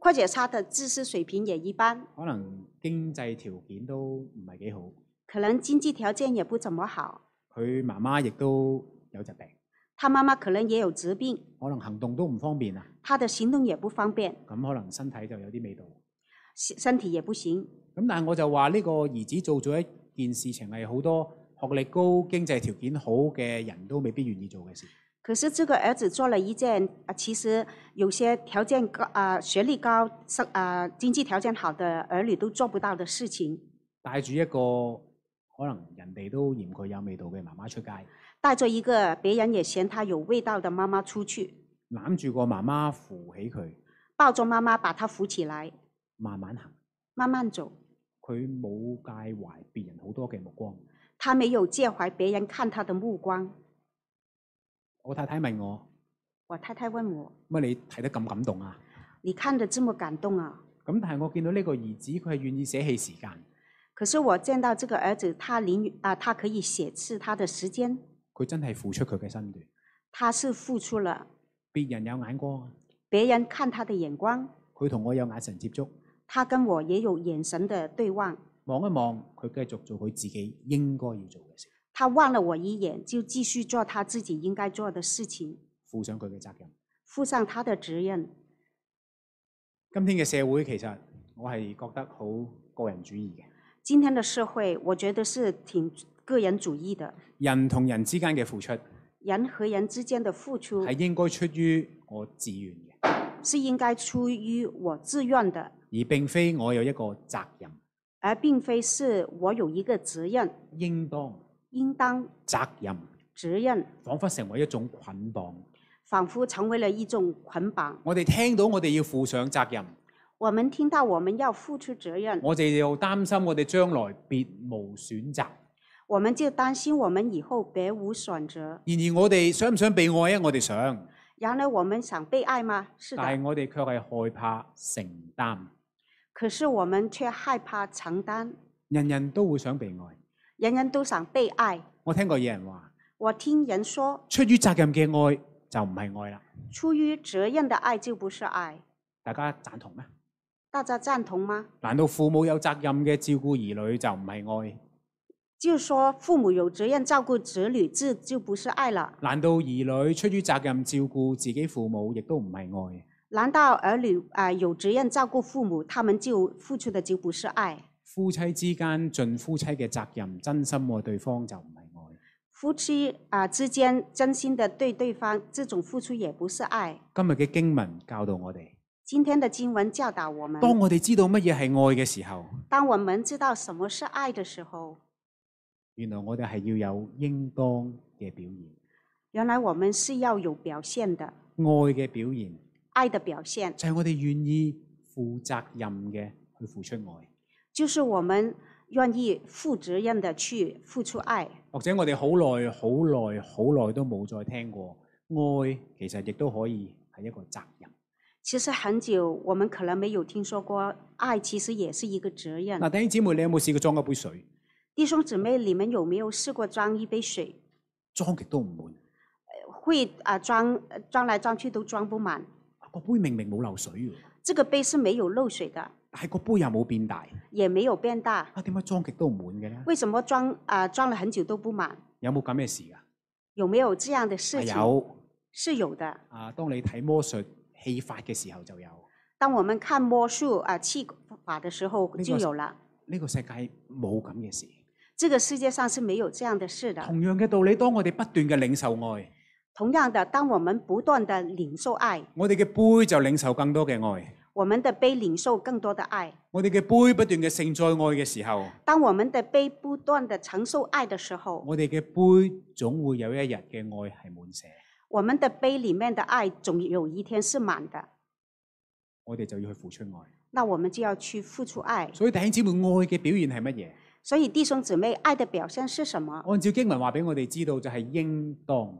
S2: 或者他的知识水平也一般，
S1: 可能經濟條件都唔係幾好，
S2: 可能经济条件也不怎么好。
S1: 佢媽媽亦都有疾病，
S2: 他妈妈可能也有疾病，
S1: 可能行動都唔方便啊，
S2: 他的行动也不方便，
S1: 咁可能身體就有啲味道。
S2: 身身體也不行。
S1: 咁但係我就話呢個兒子做咗一件事情係好多學歷高、經濟條件好嘅人都未必願意做嘅事。
S2: 可是这个儿子做了一件啊，其实有些条件高啊、学历高、生啊、经济条件好的儿女都做不到的事情，
S1: 帶住一個可能人哋都嫌佢有味道嘅媽媽出街，
S2: 带着一个别人也嫌他有味道的妈妈出去，
S1: 攬住個媽媽扶起佢，
S2: 抱着妈妈把他扶起来，
S1: 慢慢行。
S2: 慢慢走。
S1: 佢冇介懷別人好多嘅目光。
S2: 他没有介怀别人看他的目光。
S1: 我太太問我：，
S2: 我太太问我
S1: 乜你睇得咁感動啊？：“
S2: 你看得这么感动啊
S1: 咁但係我見到呢個兒子，佢係願意捨棄時間，？”
S2: 可是我见到这个儿子，他宁啊，他可以写次他的时间，
S1: 佢真係付出佢嘅身段。
S2: 他是付出了，
S1: 別人有眼光啊，
S2: 别人看他的眼光，
S1: 佢同我有眼神接觸，
S2: 他跟我也有眼神的对望，
S1: 望一望佢，繼續做佢自己應該要做嘅事，
S2: 他望了我一眼，就继续做他自己应该做的事情，
S1: 負上佢嘅責任。
S2: 负上他的责任。
S1: 今天嘅社會其實我係覺得好個人主義嘅，
S2: 今天的社会，我觉得是挺个人主义的，
S1: 人同人之間嘅付出
S2: 人和人之间的付出
S1: 係應該出於我自願嘅，
S2: 是应该出于我自愿的，
S1: 而並非我有一個責任，
S2: 而并非是我有一个责任，
S1: 應當
S2: 应当
S1: 責任，
S2: 责任，
S1: 彷彿成為一種捆綁。
S2: 仿佛成为了一种捆绑。
S1: 我哋聽到我哋要負上責任，
S2: 我们听到我们要付出责任，
S1: 我哋又擔心我哋將來別無選擇。
S2: 我们就担心我们以后别无选择。
S1: 然而我哋想唔想被愛啊？我哋想，
S2: 然而，我们想被爱吗？是
S1: 但係
S2: 的，
S1: 我哋卻係害怕承擔。
S2: 可是我们却害怕承担。
S1: 人人都會想被愛。
S2: 人人都想被爱。
S1: 我聽過有人話，
S2: 我听人说，
S1: 出於責任嘅愛就唔係愛啦。
S2: 出于责任的爱就不是爱，
S1: 大家贊同咩？
S2: 大家赞同吗？
S1: 難道父母有責任嘅照顧兒女就唔係愛？
S2: 就是说，父母有责任照顾子女，这就不是爱了。
S1: 難道兒女出於責任照顧自己父母，亦都唔係愛？
S2: 难道儿女啊、有责任照顾父母，他们就付出的就不是爱？
S1: 夫妻之間盡夫妻嘅責任，真心愛對方就唔係愛。
S2: 夫妻啊、之间真心的对对方，这种付出也不是爱。
S1: 今日嘅經文教導我哋，
S2: 今天的经文教导我们，
S1: 當我哋知道乜嘢係愛嘅時候，
S2: 当我们知道什么是爱的时候，
S1: 原來我哋係要有應當嘅表現，
S2: 原来我们是要有表现的，
S1: 愛嘅表現
S2: 爱的表现
S1: 就係我哋願意負責任嘅去付出愛，
S2: 就是我们愿意负责任的去付出爱。
S1: 或者我哋好耐、好耐、好耐都冇再聽過愛，其實亦都可以係一個責任。
S2: 其实很久我们可能没有听说过，爱其实也是一个责任。
S1: 嗱，弟兄姊妹，你有冇試過裝一杯水，
S2: 弟兄姊妹，你们有没有试过装一杯水？
S1: 裝極都唔滿，
S2: 会啊、装呃装来装去都装不满。
S1: 個啊杯明明冇漏水喎，
S2: 这个杯是没有漏水的，
S1: 但係個杯又冇變大，
S2: 也没有变大，
S1: 啊點解裝極都唔滿嘅咧？
S2: 为什么装啊、装了很久都不满？
S1: 有冇咁嘅事㗎？
S2: 有没有这样的事
S1: 係
S2: 情？
S1: 有。
S2: 是有的。
S1: 啊，當你睇魔術戲法嘅時候就有。
S2: 当我们看魔术啊、气法的时候
S1: 那
S2: 就
S1: 个是
S2: 有了。
S1: 呢、個世界冇咁嘅事。
S2: 这个世界上是没有这样的事的。
S1: 同樣嘅道理，當我哋不斷嘅領受愛，
S2: 同样的，当我们不断的领受爱，
S1: 我哋嘅杯就領受更多嘅愛。
S2: 我们的杯领受更多的爱。
S1: 我哋嘅杯不斷嘅盛載愛嘅時候，
S2: 当我们的杯不断的承受愛的时候，
S1: 我哋嘅杯總會有一日嘅愛係滿瀉，
S2: 我们的杯里面的愛总有一天是滿的。
S1: 我哋就要去付出愛。
S2: 那我们就要去付出愛。
S1: 所以弟兄姊妹，愛嘅表現係乜嘢？
S2: 所以弟兄姊妹，愛的表現是什么？
S1: 按照經文話俾我哋知道，就係應當。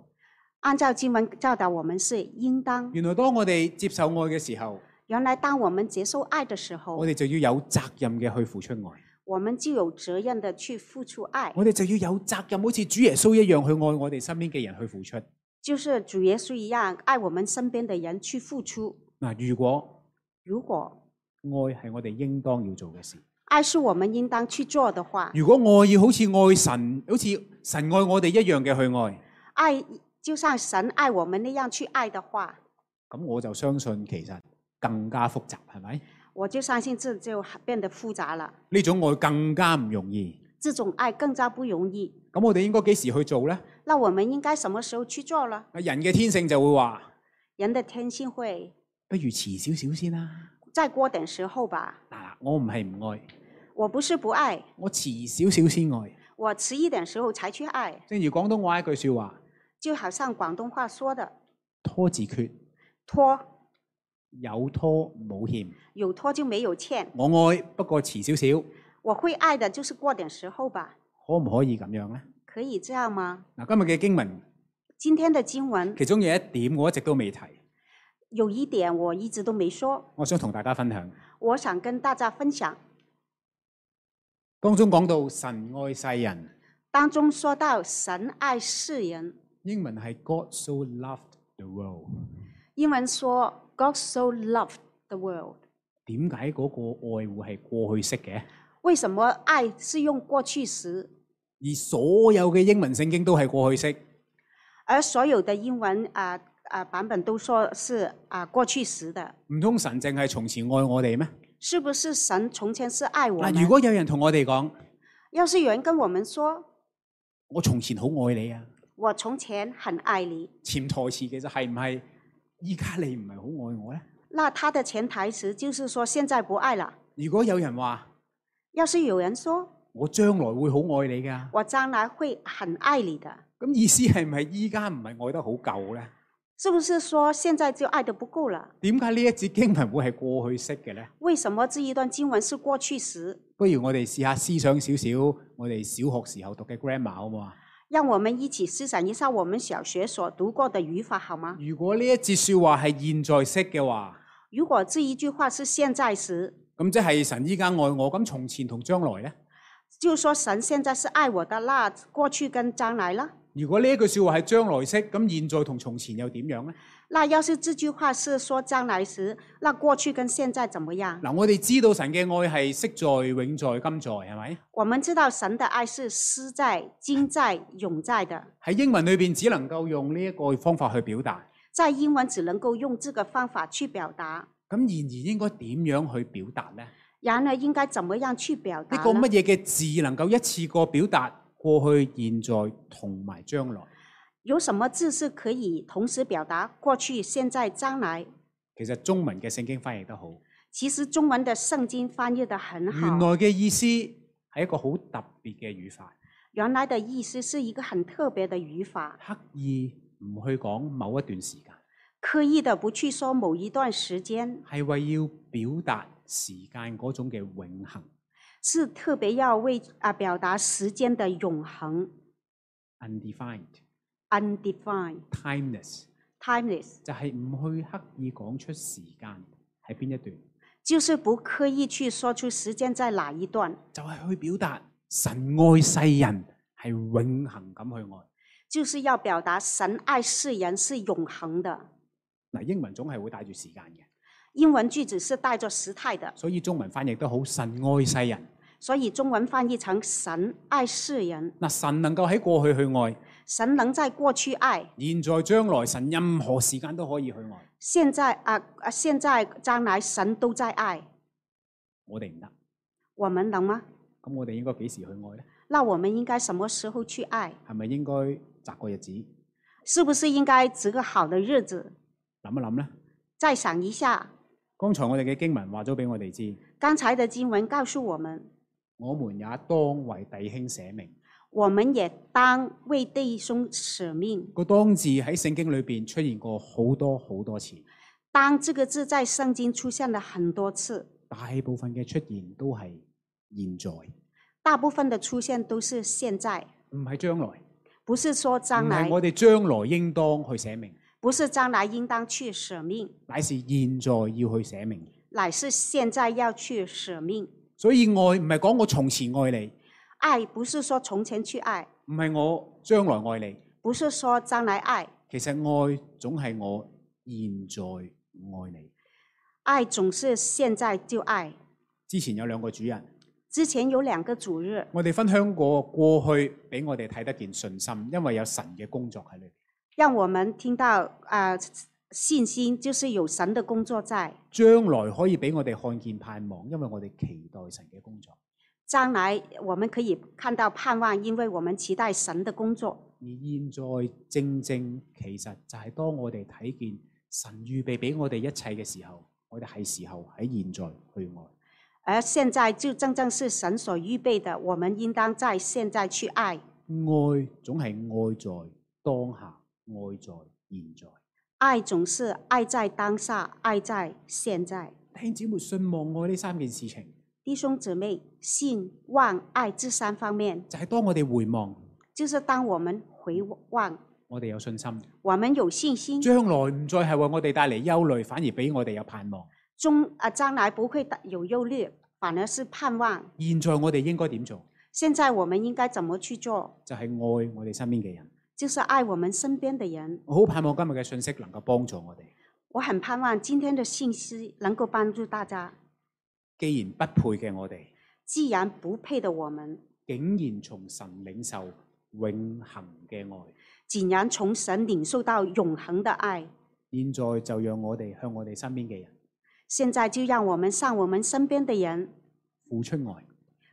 S2: 按照经文教导，我们是應當。
S1: 原來當我哋接受愛嘅時候，
S2: 原來当我们接受愛的时候
S1: 我，哋就要有責任嘅去付出愛，
S2: 我们就有责任的去付出愛。
S1: 我哋就要有責任，好似主耶穌一樣去愛我哋身邊嘅人去付出。
S2: 就是主耶稣一样爱我们身边的人去付出。
S1: 嗱，如果
S2: 如果
S1: 愛係我哋應當要做嘅事，
S2: 爱是我们应当去做的话，
S1: 如果愛要好似愛神，好似神愛我哋一樣嘅去愛，
S2: 爱就像神爱我们那样去爱的话，
S1: 咁我就相信其實更加複雜，係咪？
S2: 我就相信这就变得复杂了。
S1: 呢種愛更加唔容易。
S2: 这种爱更加不容易。
S1: 咁我哋應該幾時去做呢？
S2: 那我们应该什么时候去做呢？
S1: 人嘅天性就會話：
S2: 人的天性会
S1: 不如遲少少先啦。
S2: 再过点时候吧。
S1: 嗱，我唔係唔愛，
S2: 我不是不愛，
S1: 我遲少少先愛。
S2: 我迟一点时候才去愛，
S1: 正如廣東話一句説話：
S2: 就好像广东话说的
S1: 拖字訣，
S2: “拖
S1: 有拖冇欠。
S2: 有拖就没有欠
S1: 我愛不過遲少少，”，
S2: 我会愛的就是过点时候吧。
S1: 可唔可以咁樣呢？
S2: 可以这样吗？
S1: 嗱，今日嘅經文
S2: 今天的经文
S1: 其中有一點我一直都未提，
S2: 有一点我一直都没说，
S1: 我想同大家分享。
S2: 我想跟大家分享。
S1: 當中講到神愛世人，
S2: 当中说到神爱世人，
S1: 英文係 God so loved the world。
S2: 英文说 “God so loved the world”。
S1: 點解嗰個愛會係過去式嘅？
S2: 为什么爱是用过去时，
S1: 而所有嘅英文聖經都係過去式。
S2: 而所有的英文啊啊版本都说是啊过去时的？
S1: 唔通神淨係從前愛我哋咩？
S2: 是不是神从前是爱我
S1: 嗱，
S2: 们？
S1: 啊如果有人同我哋講，
S2: 要是有人跟我们说
S1: 我從前好愛你啊，
S2: 我从前很爱你，
S1: 潛台詞其實係唔係依家你唔係好愛我呢？
S2: 那他的潜台词就是说现在不爱了。
S1: 如果有人話
S2: 要是有人说
S1: 我將來會好愛你㗎，
S2: 我将来会很爱你的，
S1: 咁意思係唔係依家唔係愛得好夠呢？
S2: 是不是说現在就愛的不夠了？
S1: 點解呢一節經文會係過去式嘅呢？
S2: 為什麼這一段經文是過去時？
S1: 不如我哋試下思想少少我哋小學時候讀嘅 grammar 好唔好啊？
S2: 讓我們一起思想一下我們小學所讀過的語法好嗎？
S1: 如果呢一節説話係現在式嘅話，
S2: 如果這一句話是現在時，
S1: 咁即係神依家愛我，咁從前同將來呢？
S2: 就說神現在是愛我的，那過去跟將來呢？
S1: 如果呢一句説話係將來式，咁現在同從前又點樣呢？
S2: 那要是這句話是說將來時，那過去跟現在怎麼樣？
S1: 嗱，我哋知道神嘅愛係昔在、永在、今在，係咪？
S2: 我們知道神的愛是施在、今在、永在的，
S1: 喺英文裏邊只能夠用呢一個方法去表達。
S2: 在英文只能夠用這個方法去表達。
S1: 咁然而應該點樣去表達呢？
S2: 然而，應該怎麼樣去表
S1: 一
S2: 達
S1: 個
S2: 呢
S1: 乜？嘢嘅字能夠一次過表達過去、現在同埋將來？
S2: 有什么字是可以同时表達過去、現在、將來？
S1: 其實中文嘅聖經翻譯得好，
S2: 其實中文的聖經翻譯得很
S1: 原
S2: 好，
S1: 來嘅意思係一個好特別嘅語法，
S2: 原來的意思是一個很特別的語法，
S1: 刻意唔去講某一段時間，
S2: 刻意的不去說某一段時間，
S1: 係為要表達時間嗰種嘅永恆
S2: 是特別要為啊表達時間的永恆
S1: （undefined
S2: （undefined,
S1: timeless），
S2: timeless），
S1: 就係唔去刻意講出時間係邊一段，
S2: 就是不刻意去說出時間在哪一段，
S1: 就係、去表達神愛世人係永恆咁去愛。
S2: 就是要表達神愛世人是永恆的。
S1: 嗱，英文總係會帶住時間嘅，
S2: 英文句子是帶着時態的，
S1: 所以中文翻譯都好神愛世人。
S2: 所以中文翻譯成“神愛世人”。
S1: 嗱，神能夠喺過去去愛，
S2: 神能在過去愛，
S1: 現在將來神任何時間都可以去愛，
S2: 現在啊啊，現在將來神都在愛，
S1: 我哋唔得。
S2: 我們能嗎？
S1: 咁我哋應該幾時去愛呢？
S2: 那我們應該什麼時候去愛？
S1: 係咪應該擇個日子諗一
S2: 是不是應該擇個好的日子？
S1: 諗呢？
S2: 再想一下，
S1: 剛才我哋嘅經文話咗俾我哋知，
S2: 剛才的經文告訴我們，
S1: 我們也當為弟兄捨命。
S2: 我們也當為弟兄捨命。
S1: 個當字喺聖經裏邊出現過好多好多次，
S2: 當這個字在聖經出現了很多次，
S1: 大部分嘅出現都係現在，
S2: 大部分的出現都是現在，
S1: 唔係將來，唔
S2: 不是說將來
S1: 係，我哋將來應當去捨命。
S2: 不是將來應當去捨命，
S1: 乃是現在要去捨命。
S2: 乃是現在要去捨命。
S1: 所以愛唔係講我從前愛你，
S2: 愛不是說從前去愛，
S1: 唔係我將來愛你，
S2: 不是說將來愛，
S1: 其實愛總係我現在愛你。
S2: 爱总是现在就爱。
S1: 之前有兩個主人，
S2: 之前有两个主日，
S1: 我哋分享過過去俾我哋睇得見信心，因為有神嘅工作喺裏面。
S2: 让我们听到啊、信心就是有神的工作在，
S1: 將來可以俾我哋看見盼望，因為我哋期待神嘅工作。
S2: 将来我们可以看到盼望，因为我们期待神的工作。
S1: 而現在正正其實就係當我哋睇見神預備俾我哋一切嘅時候，我哋係時候喺現在去愛。
S2: 而现在就正正是神所预备的，我们应当在现在去爱。
S1: 愛總係愛在當下，愛在現在。
S2: 爱总是爱在当下，爱在现在。
S1: 弟兄姊妹，信望愛呢三件事情，
S2: 弟兄姊妹，信望爱这三方面，
S1: 就係、當我哋回望，
S2: 就是当我们回望，
S1: 我哋有信心，
S2: 我们有信心，
S1: 將來唔再係為我哋帶嚟憂慮，反而俾我哋有盼望。
S2: 中啊将来不会有忧虑，反而是盼望。
S1: 現在我哋應該點做？
S2: 现在我们应该怎么去做？
S1: 就係、愛我哋身邊嘅人。
S2: 就是爱我们身边的人。
S1: 我好盼望今日嘅信息能夠幫助我哋。
S2: 我很盼望今天的信息能够帮助大家。
S1: 既然不配嘅我哋，
S2: 既然不配的我们，
S1: 竟然從神領受永恆嘅愛。
S2: 竟然从神领受到永恒的爱，
S1: 現在就讓我哋向我哋身邊嘅人
S2: 现在就让我们向我们身边的人
S1: 付出愛，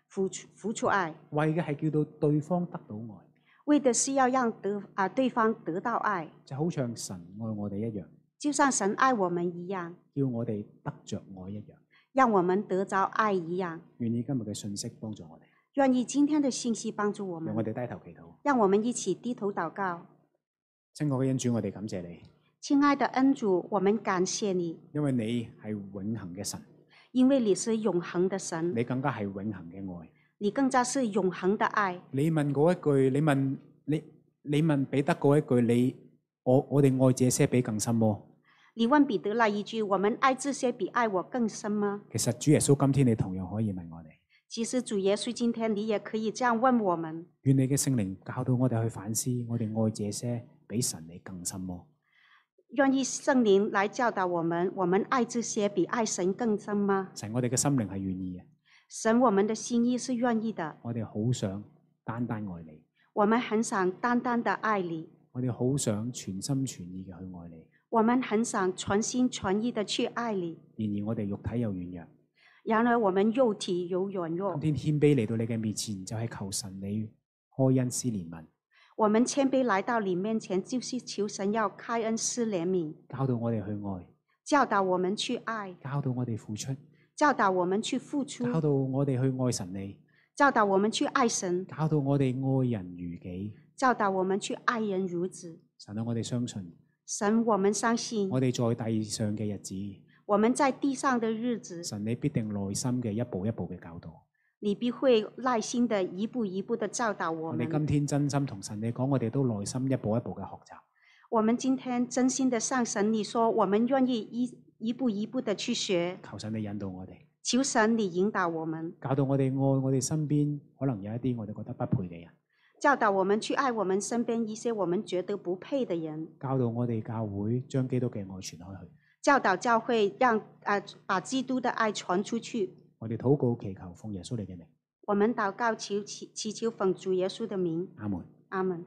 S2: 付出付出爱，
S1: 為嘅係叫到對方得到愛，
S2: 为的是要让得啊对方得到愛，
S1: 就好像神愛我哋一樣，
S2: 就像神爱我們一樣，
S1: 叫我哋得着愛一樣。
S2: 让我们得着愛一樣。
S1: 願意今日嘅信息幫助我哋，
S2: 愿意今天的信息帮助我
S1: 讓我
S2: 们，
S1: 哋低頭祈禱。
S2: 让我们一起低头祷告。
S1: 親愛嘅恩主，我哋感謝你，
S2: 亲爱的恩主，我们感谢你，
S1: 因為你係永恆嘅神，
S2: 因为你是永恒的神，
S1: 你更加係永恆嘅愛。
S2: 你更加是永恒的爱。
S1: 你問嗰一句，你問你你問彼得嗰一句，你我我哋愛這些比更深麼？
S2: 你问彼得那一句：“我们爱这些比爱我更深吗
S1: 其實主耶穌今天你同樣可以問我哋，？”
S2: 其实主耶稣今天你也可以这样问我们。
S1: 願你嘅聖靈教導我哋去反思，我哋愛這些比神你更深麼？
S2: 愿意圣灵来教导我们：我们爱这些比爱神更深吗？
S1: 神，我哋嘅心靈係願意嘅，
S2: 神，我们的心意是愿意的，
S1: 我哋好想單單愛你，
S2: 我们很想单单的爱你，
S1: 我哋好想全心全意嘅去愛你。
S2: 我们很想全心全意的去爱你。
S1: 然而我哋肉體又軟
S2: 然而，我们肉体有软
S1: 弱，
S2: 弱，
S1: 今天謙卑嚟到你嘅面前，就係求神你開恩施憐憫，
S2: 我们谦卑来到你面前，就是求神要开恩施怜悯，
S1: 教導我哋去愛，
S2: 教导我们去爱，
S1: 教導我哋付出，
S2: 教导我们去付出，
S1: 教導我哋去愛神你，
S2: 教导我们去爱神，
S1: 教導我哋愛人如己。
S2: 教导我们去爱人如子。
S1: 神啊，我哋相信，
S2: 神，我们相信，
S1: 我哋在地上嘅日子，
S2: 我们在地上的日子，
S1: 神你必定耐心嘅一步一步嘅教導。
S2: 你必会耐心的一步一步的教导我
S1: 我哋今
S2: 们。
S1: 天真心同神你講，我哋都耐心一步一步嘅學習。
S2: 我们今天真心的向神你说，我们愿意一一步一步的去学，
S1: 求神你引導我哋，
S2: 求神你引导我们，
S1: 教導我哋愛我哋身邊可能有一啲我哋覺得不配嘅人，
S2: 教导我们去爱我们身边一些我们觉得不配的人，
S1: 教導我哋教會將基督嘅愛傳開去。
S2: 教导教会让呃把基督的爱传出去。
S1: 我哋禱告祈求，奉耶穌你嘅名，
S2: 我们祷告求祈祈求奉主耶稣的名，
S1: 阿門。
S2: 阿门。